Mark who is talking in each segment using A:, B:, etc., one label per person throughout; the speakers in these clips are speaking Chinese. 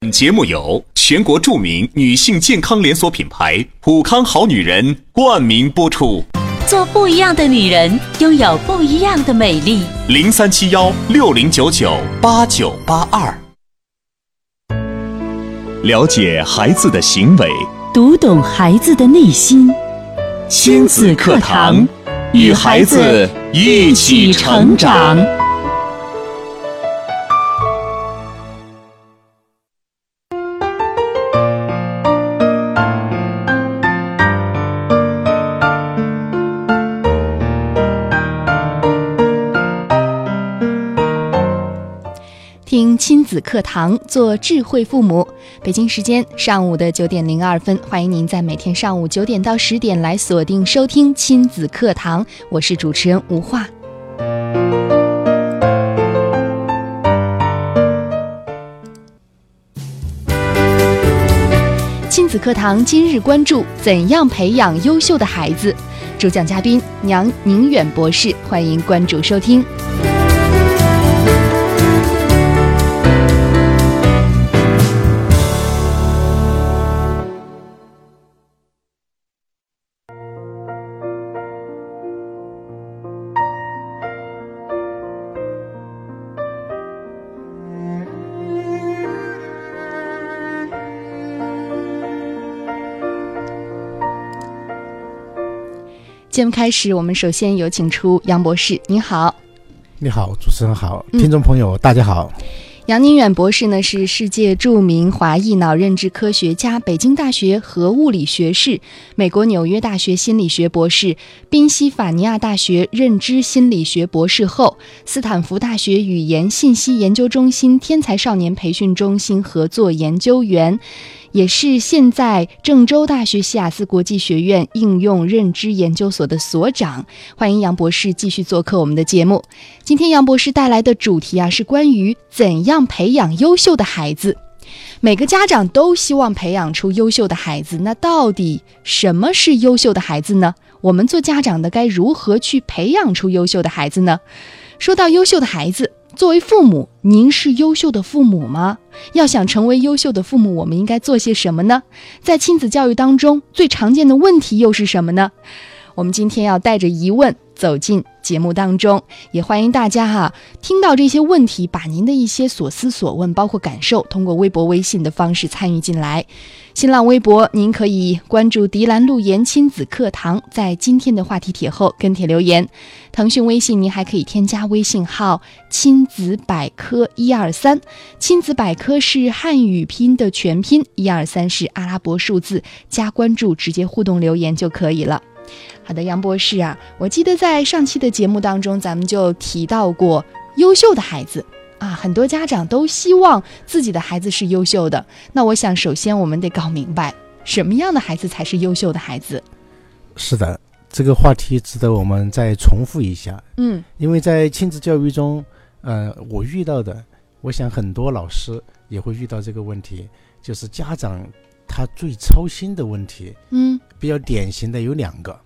A: 本节目由全国著名女性健康连锁品牌普康好女人冠名播出，
B: 做不一样的女人，拥有不一样的美丽。
A: 零三七幺六零九九八九八二。了解孩子的行为，
B: 读懂孩子的内心，
A: 亲子课堂，与孩子一起成长。
C: 听亲子课堂，做智慧父母。北京时间上午的九点零二分，欢迎您在每天上午九点到十点来锁定收听亲子课堂，我是主持人吴化。亲子课堂今日关注：怎样培养优秀的孩子？主讲嘉宾杨宁远博士，欢迎关注收听。节目开始，我们首先有请出杨博士，您好。
D: 你好，主持人好，听众朋友、大家好。
C: 杨宁远博士呢是世界著名华裔脑认知科学家，北京大学核物理学士，美国纽约大学心理学博士，宾夕法尼亚大学认知心理学博士后，斯坦福大学语言信息研究中心天才少年培训中心合作研究员，也是现在郑州大学西雅斯国际学院应用认知研究所的所长。欢迎杨博士继续做客我们的节目。今天杨博士带来的主题啊，是关于怎样培养优秀的孩子。每个家长都希望培养出优秀的孩子，那到底什么是优秀的孩子呢？我们做家长的该如何去培养出优秀的孩子呢？说到优秀的孩子，作为父母，您是优秀的父母吗？要想成为优秀的父母，我们应该做些什么呢？在亲子教育当中，最常见的问题又是什么呢？我们今天要带着疑问走进节目当中，也欢迎大家哈、听到这些问题，把您的一些所思所问，包括感受，通过微博、微信的方式参与进来。新浪微博，您可以关注“迪兰路言亲子课堂”，在今天的话题帖后跟帖留言。腾讯微信，您还可以添加微信号“亲子百科一二三”，亲子百科是汉语拼音的全拼，一二三是阿拉伯数字，加关注直接互动留言就可以了。好的，杨博士啊，我记得在上期的节目当中，咱们就提到过优秀的孩子啊，很多家长都希望自己的孩子是优秀的。那我想，首先我们得搞明白，什么样的孩子才是优秀的孩子？
D: 是的，这个话题值得我们再重复一下，
C: 嗯
D: 因为在亲子教育中，呃，我遇到的，我想很多老师也会遇到这个问题，就是家长他最操心的问题，
C: 嗯，
D: 比较典型的有两个，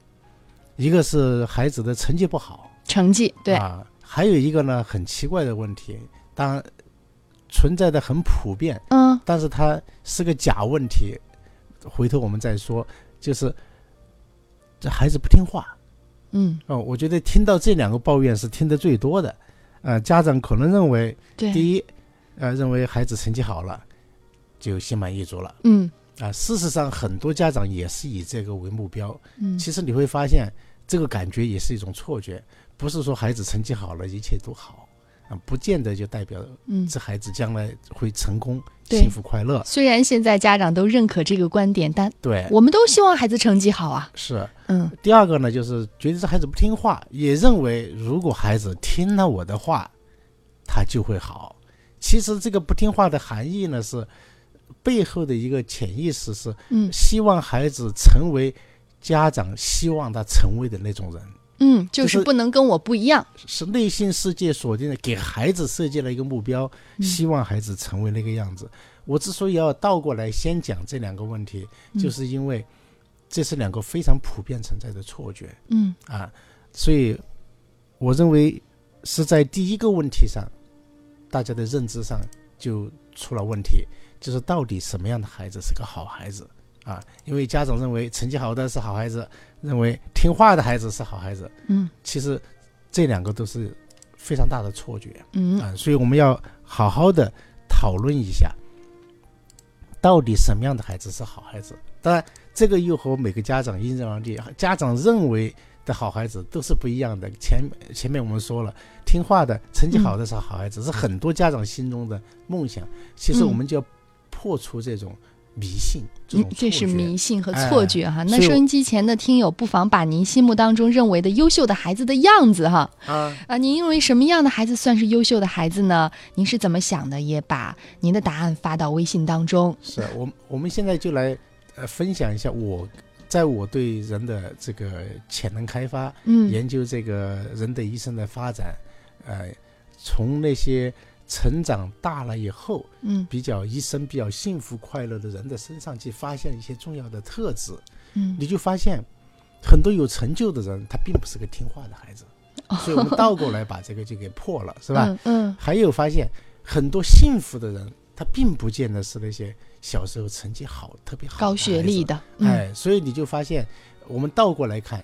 D: 一个是孩子的成绩不好，
C: 成绩对，
D: 啊，还有一个呢很奇怪的问题，当然存在的很普遍，
C: 嗯
D: 但是它是个假问题，回头我们再说。就是这孩子不听话
C: 嗯，
D: 哦，我觉得听到这两个抱怨是听得最多的。呃，家长可能认为，
C: 对，
D: 第一，呃，认为孩子成绩好了就心满意足了
C: 嗯
D: 啊、事实上，很多家长也是以这个为目标。
C: 嗯
D: 其实你会发现，这个感觉也是一种错觉，不是说孩子成绩好了一切都好啊、不见得就代表
C: 嗯。
D: 这孩子将来会成功、
C: 对
D: 幸福、快乐。
C: 虽然现在家长都认可这个观点，但
D: 对，
C: 我们都希望孩子成绩好啊。
D: 是。
C: 嗯
D: 第二个呢，就是觉得这孩子不听话，也认为如果孩子听了我的话，他就会好。其实这个不听话的含义呢，是背后的一个潜意识是
C: 嗯
D: 希望孩子成为家长希望他成为的那种人，
C: 嗯，就
D: 就是
C: 是不能跟我不一样。
D: 是内心世界锁定的，给孩子设计了一个目标，
C: 嗯
D: 希望孩子成为那个样子。我之所以要倒过来先讲这两个问题，就是因为这是两个非常普遍存在的错觉。
C: 嗯
D: 啊，所以我认为是在第一个问题上，大家的认知上就出了问题。就是到底什么样的孩子是个好孩子啊？因为家长认为成绩好的是好孩子，认为听话的孩子是好孩子，
C: 嗯
D: 其实这两个都是非常大的错觉。
C: 嗯
D: 啊，所以我们要好好的讨论一下，到底什么样的孩子是好孩子。当然，这个又和每个家长因人而异，家长认为的好孩子都是不一样的。前前面我们说了，听话的、成绩
C: 嗯
D: 好的是好孩子，是很多家长心中的梦想。其实我们就要破除这种迷信，这
C: 嗯
D: 种，
C: 这
D: 错
C: 是
D: 觉哎
C: 迷信和错觉哈。那
D: 所以
C: 收
D: 我
C: 音机前的听友不妨把您心目当中认为的优秀的孩子的样子哈，
D: 啊。
C: 啊，您认为什么样的孩子算是优秀的孩子呢？您是怎么想的？也把您的答案发到微信当中。
D: 是啊我们我们现在就来呃分享一下我在我对人的这个潜能开发。
C: 嗯
D: 研究这个人的一生的发展，呃，从那些成长大了以后，
C: 嗯
D: 比较一生比较幸福快乐的人的身上去发现一些重要的特质，
C: 嗯
D: 你就发现很多有成就的人，他并不是个听话的孩子，所以我们倒过来把这个就给破了，是吧？
C: 哦嗯嗯
D: 还有发现很多幸福的人，他并不见得是那些小时候成绩好、特别好、
C: 高学历
D: 的。
C: 的，嗯
D: 哎，所以你就发现，我们倒过来看，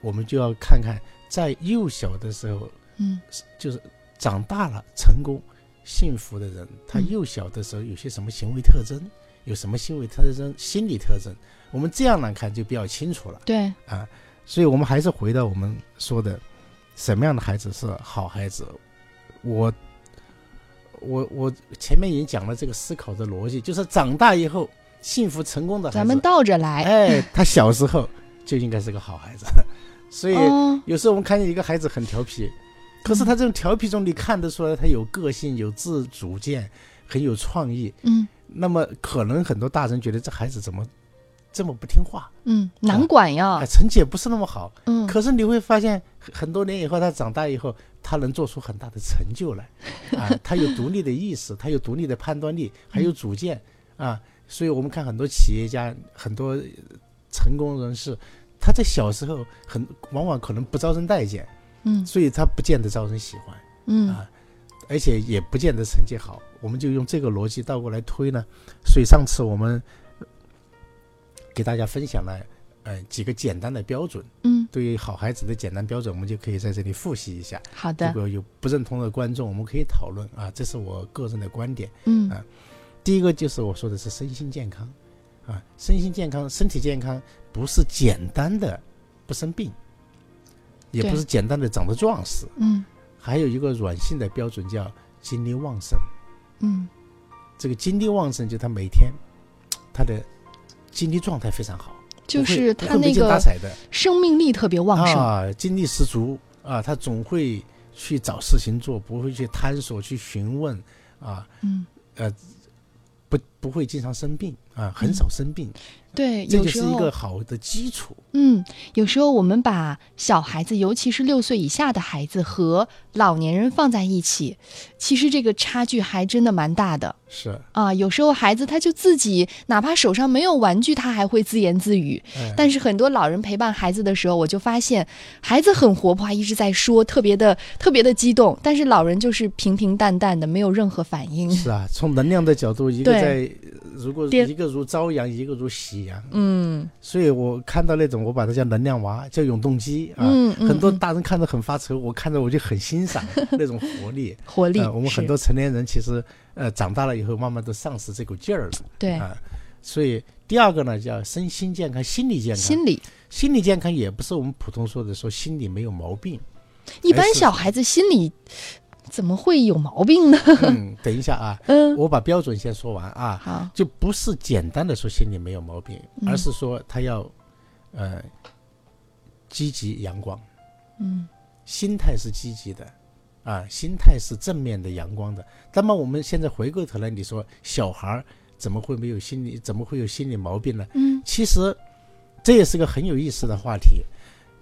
D: 我们就要看看在幼小的时候，
C: 嗯
D: 就是长大了成功、幸福的人，他
C: 嗯
D: 幼小的时候有些什么行为特征，有什么行为特征、心理特征，我们这样来看就比较清楚了。
C: 对，
D: 所以我们还是回到我们说的，什么样的孩子是好孩子？我，我，我前面已经讲了这个思考的逻辑，就是长大以后幸福成功的孩子，
C: 咱们倒着来。
D: 哎，他小时候就应该是个好孩子， 所以
C: 哦，
D: 有时候我们看见一个孩子很调皮，可是他这种调皮中，你看得出来他有个性、有自主见、很有创意。
C: 嗯
D: 那么可能很多大人觉得这孩子怎么这么不听话，
C: 嗯，难管呀
D: 啊，。成绩也不是那么好。
C: 嗯，
D: 可是你会发现，很很多年以后，他长大以后，他能做出很大的成就来，啊，他有独立的意识，他有独立的判断力，还有主见啊。所以我们看很多企业家，很多呃成功人士，他在小时候很往往可能不招人待见，
C: 嗯
D: 所以他不见得招人喜欢，
C: 嗯
D: 啊而且也不见得成绩好。我们就用这个逻辑倒过来推呢。所以上次我们呃给大家分享了，呃，几个简单的标准。
C: 嗯，
D: 对于好孩子的简单标准，我们就可以在这里复习一下。
C: 好
D: 如
C: 的。
D: 果有不认同的观众，我们可以讨论啊，这是我个人的观点。
C: 嗯
D: 啊第一个就是我说的是身心健康，啊，身心健康、身体健康不是简单的不生病，也
C: 对
D: 不是简单的长得壮实，
C: 嗯
D: 还有一个软性的标准叫精力旺盛。
C: 嗯
D: 这个精力旺盛，就他每天他的精力状态非常好，
C: 就
D: 不会
C: 是
D: 不
C: 他那
D: 会没精打
C: 个
D: 采的。
C: 生命力特别旺盛。
D: 啊，精力十足啊，他总会去找事情做，不会去探索、去询问啊，
C: 嗯，
D: 不不会经常生病啊，很少生病，
C: 对，嗯
D: 这
C: 有
D: 就是
C: 时
D: 一
C: 候
D: 个好的基础。
C: 嗯，有时候我们把小孩子，尤其是六岁以下的孩子和老年人放在一起，其实这个差距还真的蛮大的
D: 是，
C: 啊。有时候孩子他就自己，哪怕手上没有玩具，他还会自言自语。
D: 哎、
C: 但是很多老人陪伴孩子的时候，我就发现孩子很活泼，还一直在说，特别的特别的激动，但是老人就是平平淡淡的，没有任何反应。
D: 是啊，从能量的角度，一个
C: 对
D: 在如果
C: 颠
D: 一个如朝阳，一个如夕阳，
C: 嗯
D: 所以我看到那种，我把它叫能量娃，叫永动机啊。
C: 嗯嗯，
D: 很多
C: 嗯
D: 大人看着很发愁，我看着我就很 欣赏那种活力。
C: 嗯活力，
D: 呃，我们很
C: 是
D: 多成年人其实，呃，长大了以后慢慢都丧失这股劲儿了。
C: 对
D: 啊，所以第二个呢叫身心健康、心理健康。
C: 心理
D: 心理健康也不是我们普通说的说心理没有毛 病。
C: 一般
D: 哎是
C: 小孩子心里怎么会有毛病 呢？
D: 嗯，等一下啊，
C: 嗯，
D: 我把标准先说完啊，
C: 好，
D: 就不是简单的说心理没有毛病，
C: 嗯
D: 而是说他要，呃，积极阳光，
C: 嗯
D: 心态是积极的。啊，心态是正面的、阳光的。那么我们现在回过头来，你说小孩儿怎么会没有心理，怎么会有心理毛病呢？
C: 嗯
D: 其实这也是个很有意思的话题。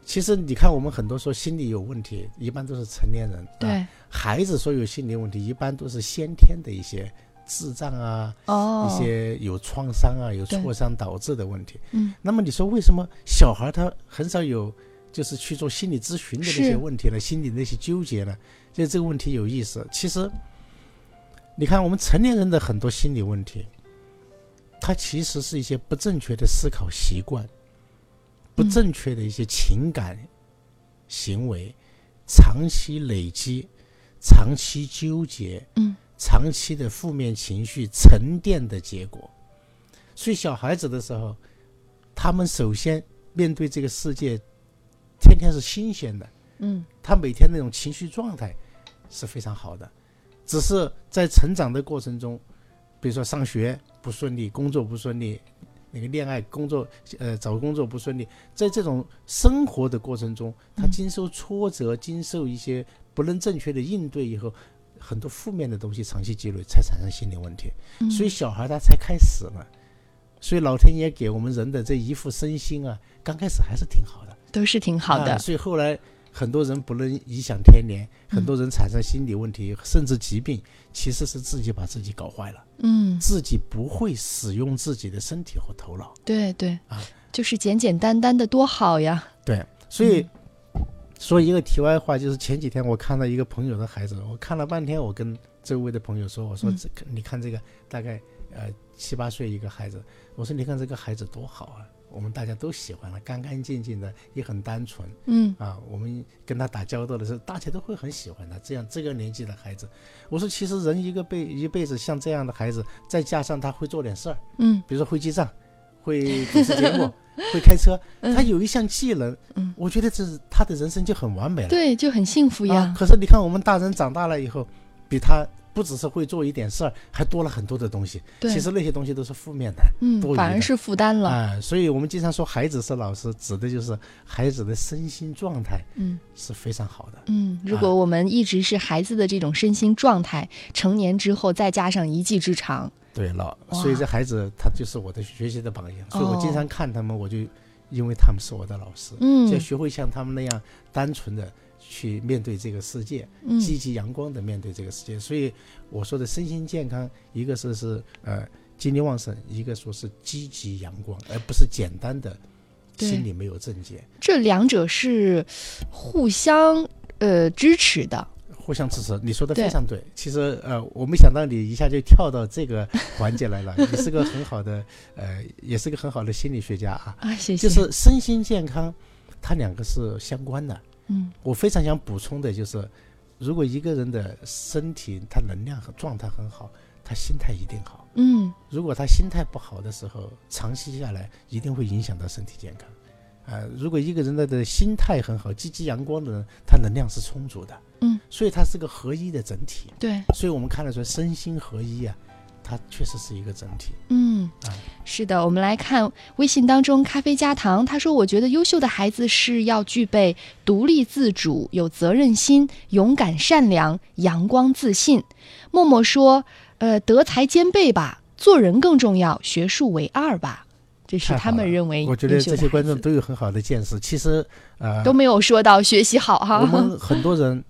D: 其实你看，我们很多说心理有问题，一般都是成年人。啊
C: 对，
D: 孩子说有心理问题，一般都是先天的一些智障啊，
C: 哦，
D: 一些有创伤啊、有
C: 对
D: 挫伤导致的问题。
C: 嗯，
D: 那么你说为什么小孩他很少有就是去做心理咨询的那
C: 是
D: 些问题呢？心理那些纠结呢？就这个问题有意思。其实你看，我们成年人的很多心理问题，它其实是一些不正确的思考习惯、不正确的一些情感行为，长期累积、长期纠结、
C: 嗯、
D: 长期的负面情绪沉淀的结果。所以，小孩子的时候，他们首先面对这个世界，天天是新鲜的，
C: 嗯，
D: 他每天那种情绪状态是非常好的，只是在成长的过程中，比如说上学不顺利，工作不顺利，那个恋爱、工作呃找工作不顺利，在这种生活的过程中，他经受挫折，经受一些不能正确的应对以后，很多负面的东西长期积累，才产生心理问题。所以小孩他才开始嘛，所以老天爷给我们人的这一副身心啊，刚开始还是挺好的。
C: 都是挺好的
D: 啊。所以后来很多人不能颐享天年，
C: 嗯
D: 很多人产生心理问题，甚至疾病，其实是自己把自己搞坏了，
C: 嗯，
D: 自己不会使用自己的身体和头脑。
C: 对对
D: 啊，
C: 就是简简单单的多好呀。
D: 对，所以、
C: 嗯
D: 说一个题外话，就是前几天我看到一个朋友的孩子，我看了半天，我跟周围的朋友说，我
C: 嗯
D: 说这个、你看这个大概呃七八岁一个孩子，我说你看这个孩子多好啊，我们大家都喜欢了，干干净净的，也很单纯。
C: 嗯
D: 啊，我们跟他打交道的时候，大家都会很喜欢他。这样这个年纪的孩子，我说其实人一个辈一辈子像这样的孩子，再加上他会做点事儿，
C: 嗯，
D: 比如说会记账，会主持节 目，会开车，他有一项技能，
C: 嗯
D: 我觉得这是他的人生就很完美了。
C: 对，就很幸福
D: 啊
C: 呀。。
D: 可是你看，我们大人长大了以后，比他不只是会做一点事儿，还多了很多的东西。
C: 对，
D: 其实那些东西都是负面的。
C: 嗯
D: 多，余
C: 反而
D: 的
C: 是负担了。
D: 啊、所以我们经常说孩子是老师，指的就是孩子的身心状态
C: 嗯
D: 是非常好的。
C: 嗯，如
D: 啊
C: 果我们一直是孩子的这种身心状态，成年之后再加上一技之长，
D: 对了，
C: 哇哦
D: 所以这孩子他就是我的学习的榜样，所以我经常看他们，我就因为他们是我的老师，就要
C: 嗯
D: 学会像他们那样单纯的去面对这个世界，
C: 嗯
D: 积极阳光的面对这个世界。所以我说的身心健康，一个是是呃精力旺盛，一个说是积极阳光，而不是简单的
C: 对
D: 心里没有症结，
C: 这两者是互相呃支持的。
D: 互相支持。你说的
C: 对
D: 非常对，其实呃我没想到你一下就跳到这个环节来了，你是个很好的呃也是个很好的心理学家啊。
C: 啊，谢谢。
D: 就是身心健康，它两个是相关的。
C: 嗯
D: 我非常想补充的就是，如果一个人的身体他能量和状态很好，他心态一定好。
C: 嗯
D: 如果他心态不好的时候，长期下来一定会影响到身体健康。啊、如果一个人的的心态很好、积极阳光的人，他能量是充足的。
C: 嗯，
D: 所以它是个合一的整体。
C: 对，
D: 所以我们看得出来身心合一啊，它确实是一个整体。
C: 嗯
D: 啊。
C: 是的，我们来看微信当中咖啡加糖，他说：“我觉得优秀的孩子是要具备独立自主、有责任心、勇敢善良、阳光自信。”默默说：“呃，德才兼备吧，做人更重要，学术为二吧。”这是
D: 太好
C: 他们
D: 了
C: 认为
D: 我觉
C: 优
D: 得
C: 秀的
D: 这些观
C: 孩
D: 众
C: 子
D: 都有很好的见识。其实，呃，
C: 都没有说到学习好哈。
D: 我们很多人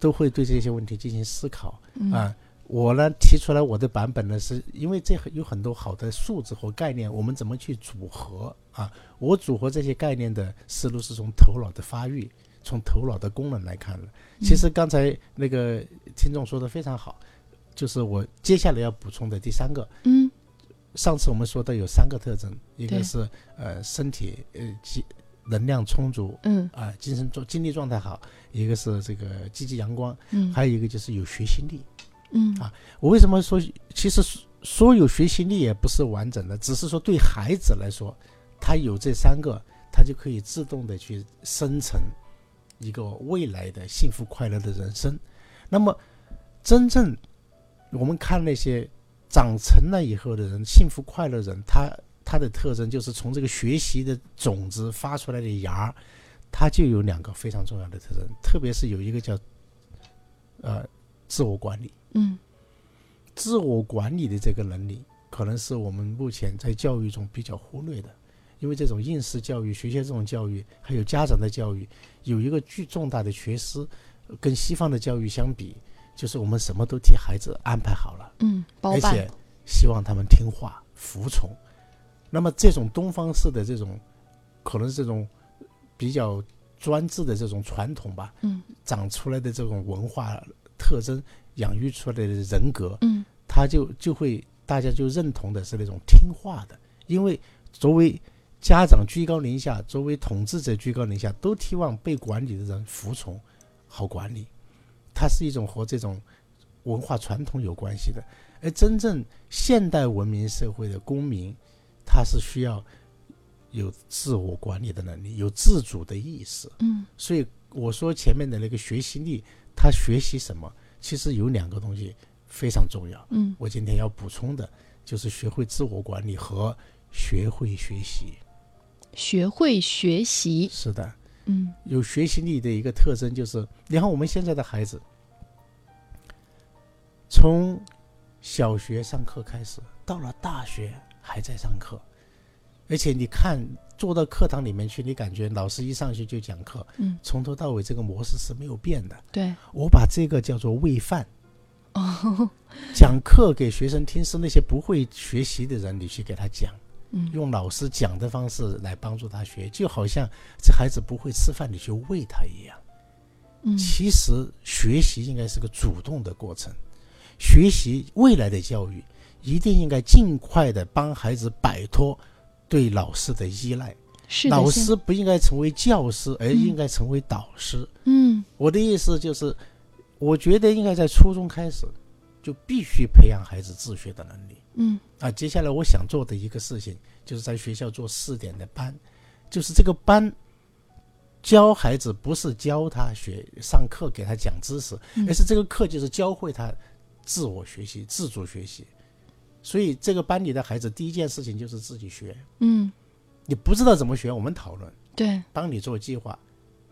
D: 都会对这些问题进行思考
C: 嗯
D: 啊。我呢提出来我的版本呢，是因为这有很多好的数字和概念，我们怎么去组合啊？我组合这些概念的思路是从头脑的发育，从头脑的功能来看的。
C: 嗯
D: 其实刚才那个听众说的非常好，就是我接下来要补充的第三个。
C: 嗯
D: 上次我们说的有三个特征，一
C: 对
D: 个是呃身体呃及能量充足，
C: 嗯
D: 啊，精神状精力状态好，一个是这个积极阳光，
C: 嗯
D: 还有一个就是有学习力。
C: 嗯
D: 啊我为什么说其实说说有学习力也不是完整的，只是说对孩子来说，他有这三个，他就可以自动的去生成一个未来的幸福快乐的人生。那么，真正我们看那些长成了以后的人，幸福快乐人，他他的特征就是从这个学习的种子发出来的芽儿，他就有两个非常重要的特征，特别是有一个叫呃自我管理。
C: 嗯
D: 自我管理的这个能力，可能是我们目前在教育中比较忽略的，因为这种应试教育、学校这种教育，还有家长的教育，有一个巨重大的缺失，呃跟西方的教育相比，就是我们什么都替孩子安排好了，
C: 嗯，包
D: 而
C: 办
D: 且希望他们听话服从。那么这种东方式的这种，可能是这种比较专制的这种传统吧，
C: 嗯
D: 长出来的这种文化特征，养育出来的人格，
C: 嗯
D: 他就就会大家就认同的是那种听话的，因为作为家长居高临下，作为统治者居高临下，都希望被管理的人服从，好管理。它是一种和这种文化传统有关系的，而哎真正现代文明社会的公民，他是需要有自我管理的能力，有自主的意识。
C: 嗯，
D: 所以我说前面的那个学习力，他学习什么？其实有两个东西非常重要。
C: 嗯，
D: 我今天要补充的就是学会自我管理和学会学习。
C: 学会学习，
D: 是的，
C: 嗯
D: 有学习力的一个特征就是，你看我们现在的孩子，从小学上课开始，到了大学还在上课，而且你看坐到课堂里面去，你感觉老师一上去就讲课，
C: 嗯，
D: 从头到尾这个模式是没有变的。
C: 对，
D: 我把这个叫做喂饭。
C: 哦，
D: 讲课给学生听是那些不会学习的人，你去给他讲，
C: 嗯
D: 用老师讲的方式来帮助他学，就好像这孩子不会吃饭，你去喂他一样。
C: 嗯
D: 其实学习应该是个主动的过程，学习未来的教育一定应该尽快的帮孩子摆脱对老师的依赖。
C: 是的，嗯
D: 老
C: 现
D: 师不应该成为教师，而应该成为导师。
C: 嗯
D: 我的意思就是，我觉得应该在初中开始就必须培养孩子自学的能力
C: 嗯
D: 啊。接下来我想做的一个事情，就是在学校做试点的班，就是这个班教孩子不是教他学上课给他讲知识，
C: 嗯
D: 而是这个课就是教会他自我学习、自主学习。所以这个班里的孩子第一件事情就是自己学，
C: 嗯，
D: 你不知道怎么学，我们讨论。
C: 对，
D: 帮你做计划，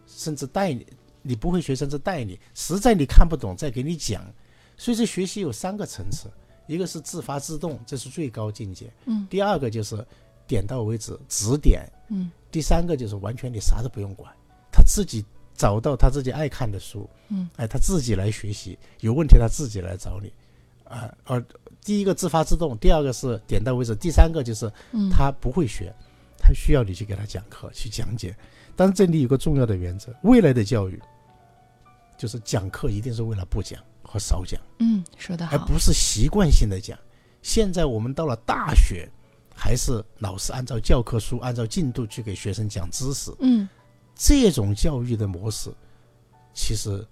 D: 甚至带你，你不会学，甚至带你，实在你看不懂再给你讲。所以这学习有三个层次，一个是自发自动，这是最高境界。
C: 嗯。
D: 第二个就是点到为止，指点。
C: 嗯。
D: 第三个就是完全你啥都不用管，他自己找到他自己爱看的书。
C: 嗯。
D: 哎，他自己来学习，有问题他自己来找你。啊、而第一个自发自动，第二个是点到为止，第三个就是
C: 嗯
D: 他不会学，他需要你去给他讲课、去讲解。但是这里有个重要的原则：未来的教育就是讲课一定是为了不讲和少讲，
C: 嗯，说得
D: 而
C: 好，
D: 不是习惯性的讲。现在我们到了大学，还是老师按照教科书、按照进度去给学生讲知识，
C: 嗯，
D: 这种教育的模式其实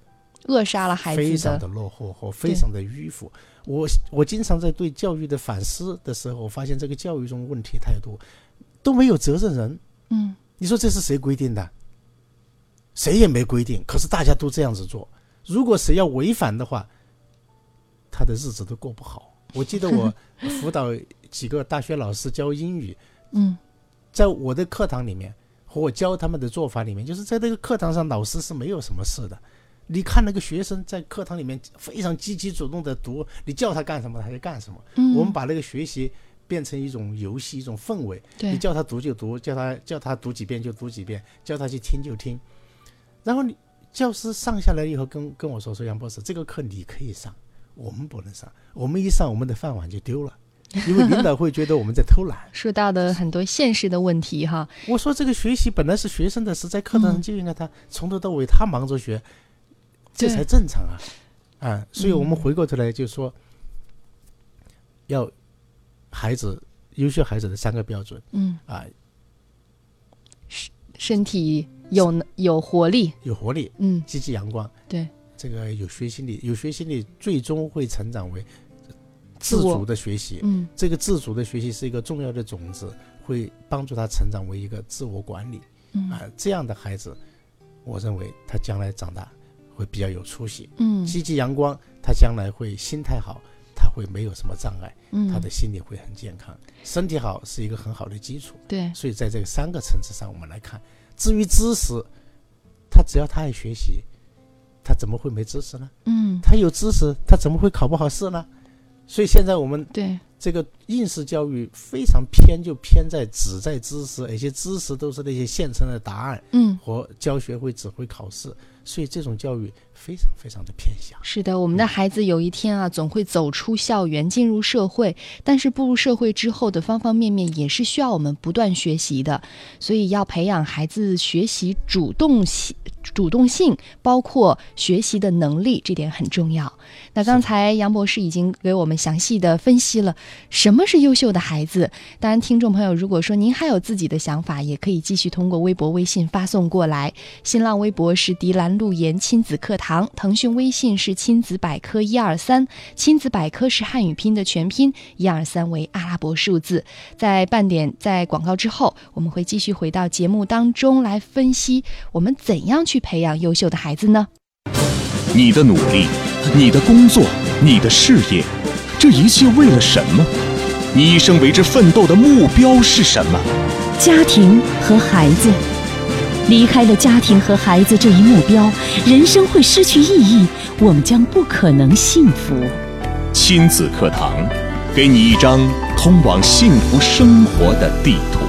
C: 扼杀了孩
D: 非
C: 子
D: 常的落后和非常的迂腐。我我经常在对教育的反思的时候，发现这个教育中问题太多，都没有责任人。
C: 嗯
D: 你说这是谁规定的？谁也没规定，可是大家都这样子做。如果谁要违反的话，他的日子都过不好。我记 得我辅导几个大学老师教英语，
C: 嗯
D: 在我的课堂里面和我教他们的做法里面，就是在那个课堂上，老师是没有什么事的。你看那个学生在课堂里面非常积极主动的读，你叫他干什么他就干什么。
C: 嗯，
D: 我们把那个学习变成一种游戏，一种氛围。
C: 对。
D: 你叫他读就读，叫他叫他读几遍就读几遍，叫他去听就听。然后你教师上下来以后跟跟我说说杨博士，这个课你可以上，我们不能上，我们一上我们的饭碗就丢了，因为领导会觉得我们在偷懒
C: 说到的很多现实的问题哈，
D: 我说这个学习本来是学生的事，在课堂上就应该他从头到尾他忙着学，这
C: 对
D: 才正常啊。啊，所以我们回过头来就说，要孩子优秀孩子的三个标准
C: 嗯，
D: 啊，
C: 身体有有活力，
D: 有活力，
C: 嗯，
D: 积极阳光，
C: 对，
D: 这个有学习力，有学习力最终会成长为
C: 自
D: 自
C: 我
D: 主的学习。
C: 嗯
D: 这个自主的学习是一个重要的种子，会帮助他成长为一个自我管理
C: 嗯
D: 啊、这样的孩子，我认为他将来长大会比较有出息，
C: 嗯
D: 积极阳光，他将来会心态好，他会没有什么障碍，
C: 嗯，
D: 他的心理会很健康，身体好是一个很好的基础。
C: 对，
D: 所以在这个三个层次上，我们来看，至于知识，他只要他爱学习，他怎么会没知识呢？
C: 嗯
D: 他有知识，他怎么会考不好试呢？所以现在我们
C: 对，
D: 这个应试教育非常偏，就偏在只在知识，而且知识都是那些现成的答案
C: 嗯，
D: 和教学会指挥考试，所以这种教育非常非常的偏向。
C: 是的，我们的孩子有一天啊，总会走出校园，进入社会。但是步入社会之后的方方面面，也是需要我们不断学习的。所以要培养孩子学习主动性、主动性，包括学习的能力，这点很重要。那刚才杨博士已经给我们详细的分析了什么是优秀的孩子。当然，听众朋友，如果说您还有自己的想法，也可以继续通过微博、微信发送过来。新浪微博是迪兰路言亲子课堂，腾讯微信是亲子百科一二三，亲子百科是汉语拼的全拼，一二三为阿拉伯数字。在半点在广告之后，我们会继续回到节目当中来分析我们怎样去培养优秀的孩子呢？
A: 你的努力，你的工作，你的事业，这一切为了什么？你一生为之奋斗的目标是什么？
B: 家庭和孩子。离开了家庭和孩子这一目标，人生会失去意义，我们将不可能幸福。
A: 亲子课堂，给你一张通往幸福生活的地图。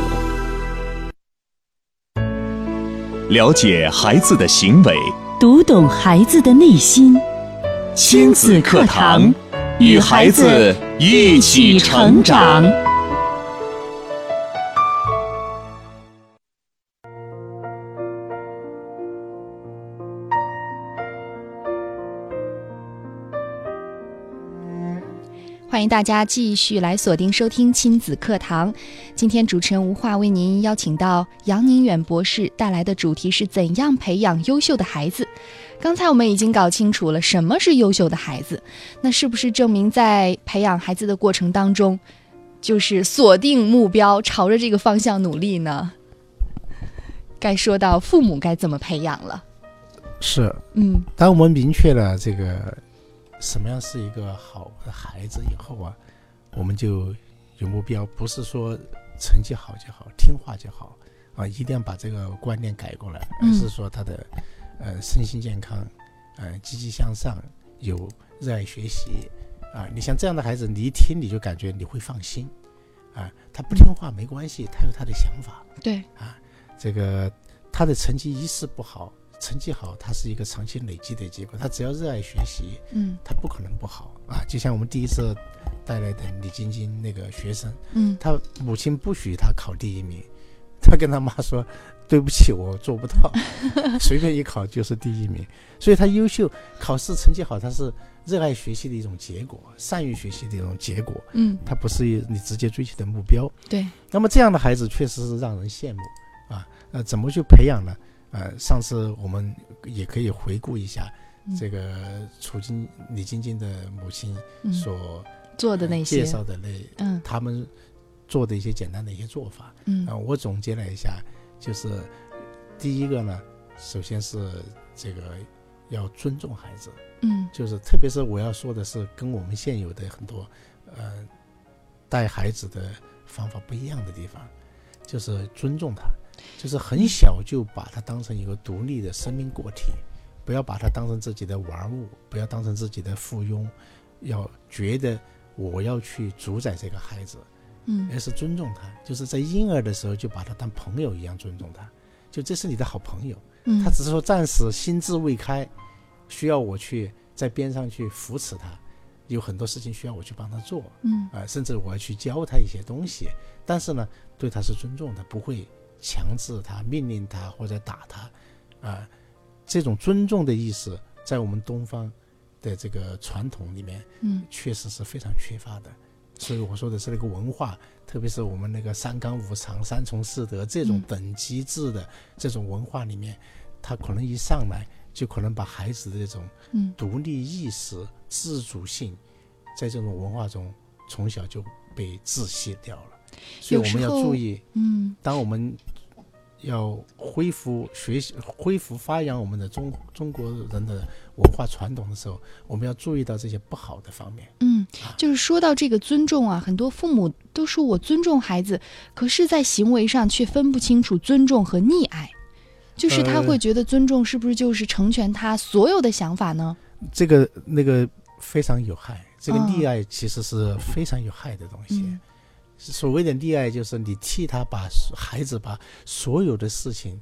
A: 了解孩子的行为，
B: 读懂孩子的内心，
A: 亲子课堂与孩子一起成长。
C: 欢迎大家继续来锁定收听亲子课堂。今天主持人吴化为您邀请到杨宁远博士带来的主题是怎样培养优秀的孩子。刚才我们已经搞清楚了什么是优秀的孩子，那是不是证明在培养孩子的过程当中，就是锁定目标，朝着这个方向努力呢？该说到父母该怎么培养了。
D: 是，
C: 嗯
D: 当我们明确了这个什么样是一个好的孩子以后啊，我们就有目标，不是说成绩好就好，听话就好啊，一定要把这个观念改过来，而
C: 嗯
D: 是说他的呃身心健康，呃积极向上，有热爱学习啊。你像这样的孩子，你一听你就感觉你会放心啊，他不听话没关系，他有他的想法。
C: 对，
D: 这个他的成绩一是不好，成绩好，它是一个长期累积的结果。他只要热爱学习，
C: 嗯
D: 他不可能不好啊。就像我们第一次带来的李晶晶那个学生，
C: 嗯，
D: 他母亲不许他考第一名，他跟他妈说：“对不起，我做不到， 随便一考就是第一名。”所以他优秀，考试成绩好，他是热爱学习的一种结果，善于学习的一种结果，
C: 嗯
D: 他不是你直接追求的目标。
C: 对，
D: 那么这样的孩子确实是让人羡慕啊。呃，怎么去培养呢？呃，上次我们也可以回顾一下
C: 嗯
D: 这个楚金李晶晶的母亲
C: 嗯，
D: 所呃
C: 做的那
D: 介
C: 些，
D: 绍的那
C: 嗯
D: 他们做的一些简单的一些做法啊、
C: 嗯
D: 我总结了一下，就是第一个呢，首先是这个要尊重孩子，
C: 嗯
D: 就是特别是我要说的是，跟我们现有的很多呃带孩子的方法不一样的地方，就是尊重他，就是很小就把他当成一个独立的生命个体，不要把他当成自己的玩物，不要当成自己的附庸，要觉得我要去主宰这个孩子，
C: 嗯
D: 而是尊重他，就是在婴儿的时候就把他当朋友一样尊重他，就这是你的好朋友。
C: 嗯
D: 他只是说暂时心智未开，需要我去在边上去扶持他，有很多事情需要我去帮他做
C: 嗯
D: 啊、甚至我要去教他一些东西。但是呢，对他是尊重的，不会强制他、命令他或者打他啊、这种尊重的意识，在我们东方的这个传统里面，
C: 嗯
D: 确实是非常缺乏的。所以我说的是那个文化，特别是我们那个三纲五常、三从四德这种
C: 嗯
D: 等级制的这种文化里面，他可能一上来就可能把孩子的这种
C: 嗯
D: 独立意识、自主性，在这种文化中从小就被窒息掉了。所以
C: 有
D: 我
C: 时
D: 们要
C: 候
D: 注意，
C: 嗯
D: 当我们要恢复学习、恢复发扬我们的中中国人的文化传统的时候，我们要注意到这些不好的方面。
C: 嗯，
D: 啊
C: 就是说到这个尊重啊，很多父母都说我尊重孩子，可是，在行为上却分不清楚尊重和溺爱，就是他
D: 呃
C: 会觉得尊重是不是就是成全他所有的想法呢？
D: 这个那个非常有害，这个
C: 哦
D: 溺爱其实是非常有害的东西。
C: 嗯
D: 所谓的溺爱，就是你替他把孩子把所有的事情，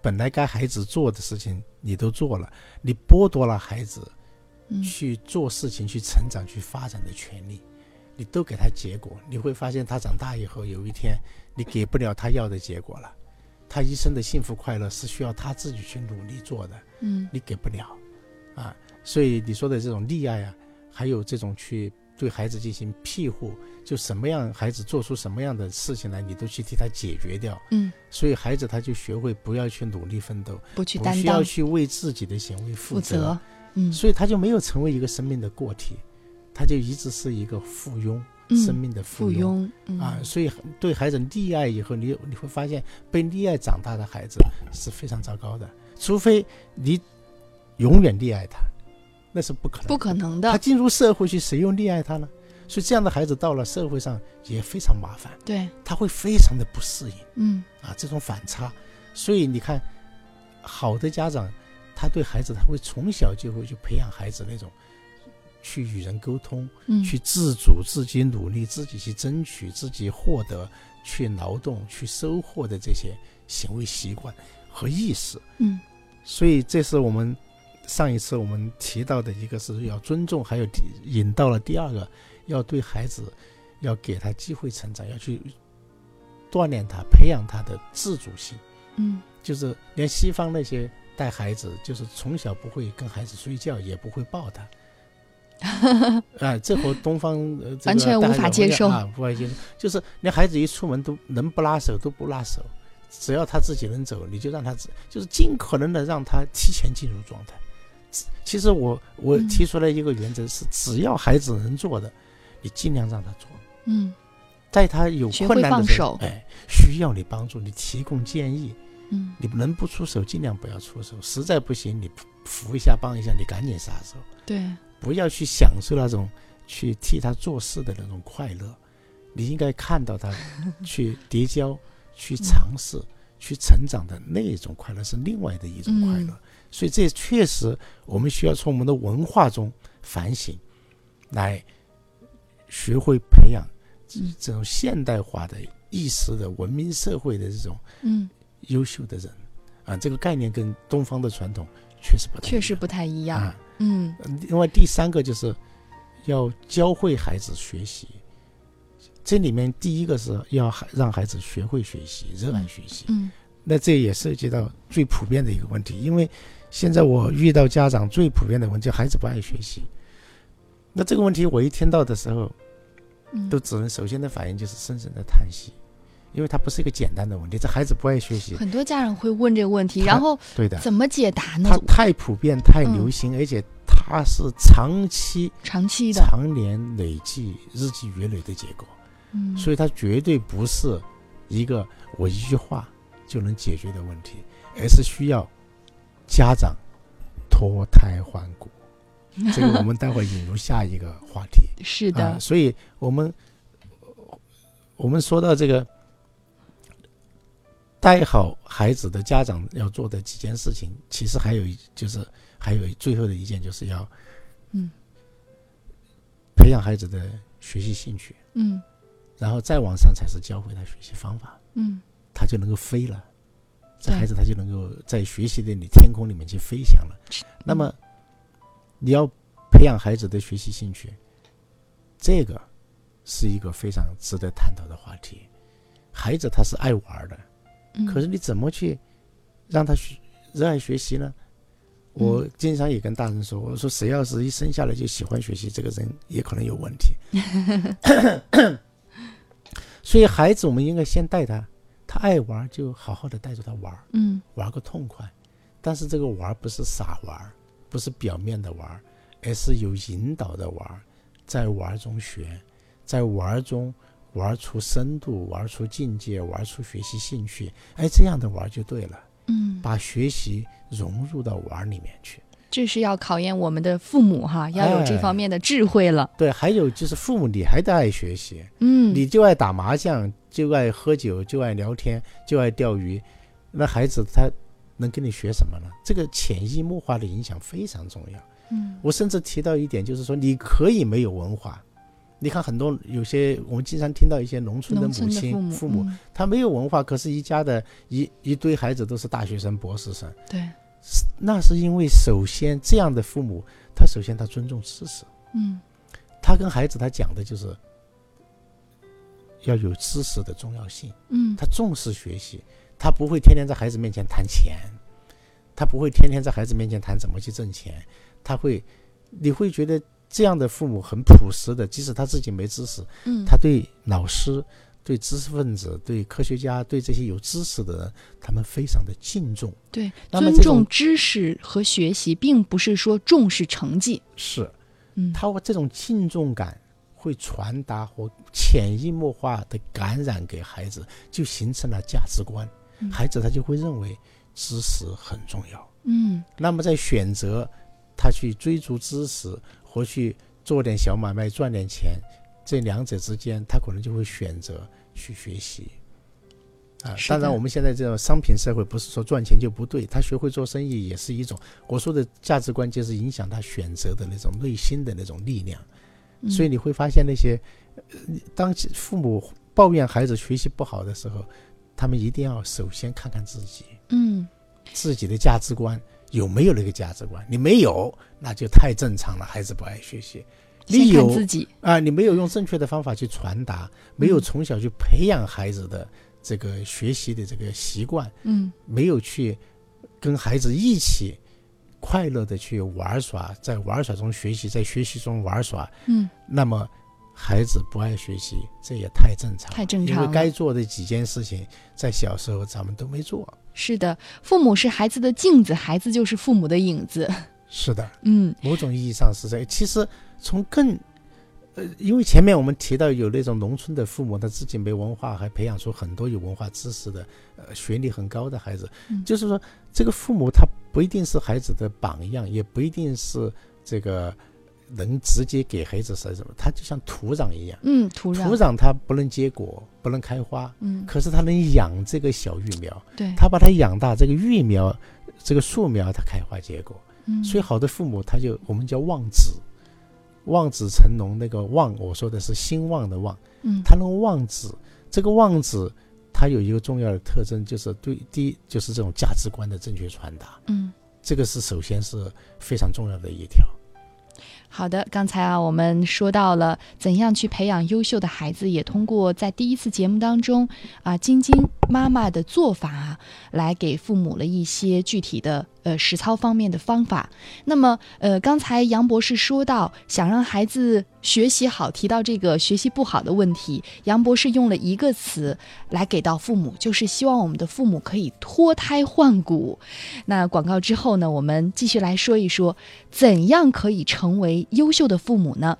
D: 本来该孩子做的事情，你都做了，你剥夺了孩子
C: 嗯
D: 去做事情、去成长、去发展的权利，你都给他结果，你会发现他长大以后，有一天你给不了他要的结果了。他一生的幸福快乐是需要他自己去努力做的，
C: 嗯
D: 你给不了，啊，所以你说的这种溺爱啊，还有这种去对孩子进行庇护，就什么样孩子做出什么样的事情来，你都去替他解决掉，
C: 嗯，
D: 所以孩子他就学会不要去努力奋斗，
C: 不去
D: 不
C: 担
D: 需要
C: 当
D: 去为自己的行为
C: 负
D: 负
C: 责，嗯
D: 所以他就没有成为一个生命的个体，他就一直是一个附庸，
C: 嗯
D: 生命的
C: 附
D: 附庸。
C: 庸嗯
D: 啊，所以对孩子溺爱以后，你你会发现被溺爱长大的孩子是非常糟糕的，除非你永远溺爱他，那是不可能的。
C: 不可能
D: 他
C: 的，
D: 进入社会去，谁又溺爱他呢？所以这样的孩子到了社会上也非常麻烦，
C: 对，
D: 他会非常的不适应
C: 嗯
D: 啊，这种反差。所以你看，好的家长，他对孩子他会从小就会去培养孩子那种去与人沟通，
C: 嗯，
D: 去自主、自己努力、自己去争取、自己获得、去劳动、去收获的这些行为习惯和意识。
C: 嗯
D: 所以，这是我们上一次我们提到的一个是要尊重，还有提引到了第二个，要对孩子要给他机会成长，要去锻炼他、培养他的自主性。
C: 嗯
D: 就是连西方那些带孩子，就是从小不会跟孩子睡觉，也不会 抱他。啊，这和东方、呃这个
C: 完全无
D: 带孩子
C: 法接受
D: 啊，无法接受。就是连孩子一出门都能不拉手都不拉手，只要他自己能走，你就让他自，就是尽可能的让他提前进入状态。只其实我我
C: 嗯
D: 提出来一个原则是，只要孩子能做的，你尽量让他做。
C: 嗯
D: 在他有
C: 学
D: 困
C: 会
D: 难的
C: 放
D: 时候
C: 手，
D: 哎，需要你帮助，你提供建议，
C: 嗯
D: 你能不出手尽量不要出手，实在不行你扶一下帮一下，你赶紧撒手，
C: 对，
D: 不要去享受那种去替他做事的那种快乐，你应该看到他 去叠交、去尝试、去成长的那一种快乐是另外的一种快乐，所以这确实我们需要从我们的文化中反省，来学会培养这
C: 嗯
D: 这种现代化的意识的文明社会的这种。
C: 嗯
D: 优秀的人啊，这个概念跟东方的传统确实不太一
C: 确
D: 样
C: 实不太一样，
D: 啊。
C: 嗯
D: 另外第三个就是要教会孩子学习，这里面第一个是要孩让孩子学会学习，热爱学习。
C: 嗯
D: 那这也涉及到最普遍的一个问题，因为现在我遇到家长最普遍的问题，孩子不爱学习。那这个问题我一听到的时候，
C: 嗯，
D: 都只能首先的反应就是深深的叹息，因为它不是一个简单的问题，这孩子不爱学习，
C: 很多家长会问这个问题，
D: 他
C: 然后
D: 对的，
C: 怎么解答呢
D: 它？太普遍、太
C: 嗯
D: 流行，而且它是长期、
C: 长期的，
D: 常年累计、日积月累的结果，
C: 嗯，
D: 所以它绝对不是一个我一句话就能解决的问题，而是需要家长脱胎换骨。这个我们待会儿引入下一个话题。
C: 是
D: 啊
C: 的，，
D: 所以我们我们说到这个带好孩子的家长要做的几件事情，其实还有一就是还有最后的一件就是要
C: 嗯
D: 培养孩子的学习兴趣，
C: 嗯
D: 然后再往上才是教会他学习方法，
C: 嗯
D: 他就能够飞了。这
C: 对
D: 孩子他就能够在学习的你天空里面去飞翔了。那么，你要培养孩子的学习兴趣，这个是一个非常值得探讨的话题。孩子他是爱玩的，
C: 嗯，
D: 可是你怎么去让他学热爱学习呢？我经常也跟大人说，我说谁要是一生下来就喜欢学习，这个人也可能有问题。所以孩子，我们应该先带他，他爱玩就好好的带着他玩。
C: 嗯
D: 玩个痛快。但是这个玩儿不是傻玩儿，不是表面的玩儿，而是有引导的玩儿，在玩儿中学，在玩儿中玩儿出深度，玩儿出境界，玩儿出学习兴趣。哎，这样的玩儿就对了，
C: 嗯，
D: 把学习融入到玩儿里面去。
C: 这是要考验我们的父母哈，要有这
D: 哎
C: 方面的智慧了，
D: 对，还有就是父母，你还得爱学习，
C: 嗯，
D: 你就爱打麻将，就爱喝酒，就爱聊天，就爱钓鱼，那孩子他能跟你学什么呢？这个潜移默化的影响非常重要。
C: 嗯，
D: 我甚至提到一点，就是说你可以没有文化。你看很多有些我们经常听到一些农村
C: 农
D: 的母
C: 村的
D: 亲
C: 父母，嗯
D: 他没有文化，可是一家的一一堆孩子都是大学生、博士生，
C: 对，
D: 那是因为首先这样的父母，他首先他尊重知识，
C: 嗯
D: 他跟孩子他讲的就是要有知识的重要性，
C: 嗯
D: 他重视学习，他不会天天在孩子面前谈钱，他不会天天在孩子面前谈怎么去挣钱，他会，你会觉得这样的父母很朴实的，即使他自己没知识，
C: 嗯，
D: 他对老师、对知识分子、对科学家、对这些有知识的人，他们非常的敬重。
C: 对，
D: 那么
C: 尊
D: 这
C: 重
D: 种
C: 知识和学习，并不是说重视成绩。
D: 是
C: 嗯，
D: 他这种敬重感会传达或潜移默化的感染给孩子，就形成了价值观
C: 嗯，
D: 孩子他就会认为知识很重要。
C: 嗯
D: 那么在选择他去追逐知识或去做点小买卖赚点钱，这两者之间，他可能就会选择去学习。啊，
C: 是的
D: 当然，我们现在这种商品社会，不是说赚钱就不对，他学会做生意也是一种。我说的价值观就是影响他选择的那种内心的那种力量。
C: 嗯
D: 所以你会发现那些，呃当父母抱怨孩子学习不好的时候，他们一定要首先看看自己。
C: 嗯，
D: 自己的价值观有没有那个价值观。你没有，那就太正常了，孩子不爱学习。
C: 先
D: 你
C: 看
D: 有
C: 自己。
D: 啊、你没有用正确的方法去传达，没有从小去培养孩子的这个学习的这个习惯，
C: 嗯
D: 没有去跟孩子一起快乐的去玩耍，在玩耍中学习，在学习中玩耍，
C: 嗯，
D: 那么孩子不爱学习，这也太正常了，
C: 太正
D: 因
C: 常
D: 为
C: 了
D: 该做的几件事情，在小时候咱们都没做。
C: 是的，父母是孩子的镜子，孩子就是父母的影子。
D: 是的，
C: 嗯
D: 某种意义上是这样。其实从更，呃，因为前面我们提到有那种农村的父母，他自己没文化，还培养出很多有文化知识的，呃，学历很高的孩子。
C: 嗯
D: 就是说，这个父母他不一定是孩子的榜样，也不一定是这个能直接给孩子什么，他就像土壤一样，
C: 嗯，土壤，
D: 土壤它不能结果，不能开花，
C: 嗯，
D: 可是它能养这个小育苗，
C: 对，
D: 它把它养大，这个育苗，这个树苗它开花结果。
C: 嗯
D: 所以好的父母他就我们叫望子，望子成龙那个望，我说的是兴旺的旺，
C: 嗯，
D: 他能望子，这个望子他有一个重要的特征，就是对第一就是这种价值观的正确传达，
C: 嗯。
D: 这个是首先是非常重要的一条。
C: 好的，刚才啊，我们说到了怎样去培养优秀的孩子，也通过在第一次节目当中啊，晶晶妈妈的做法啊，来给父母了一些具体的呃实操方面的方法。那么呃，刚才杨博士说到想让孩子学习好，提到这个学习不好的问题，杨博士用了一个词来给到父母，就是希望我们的父母可以脱胎换骨。那广告之后呢，我们继续来说一说怎样可以成为优秀的父母呢？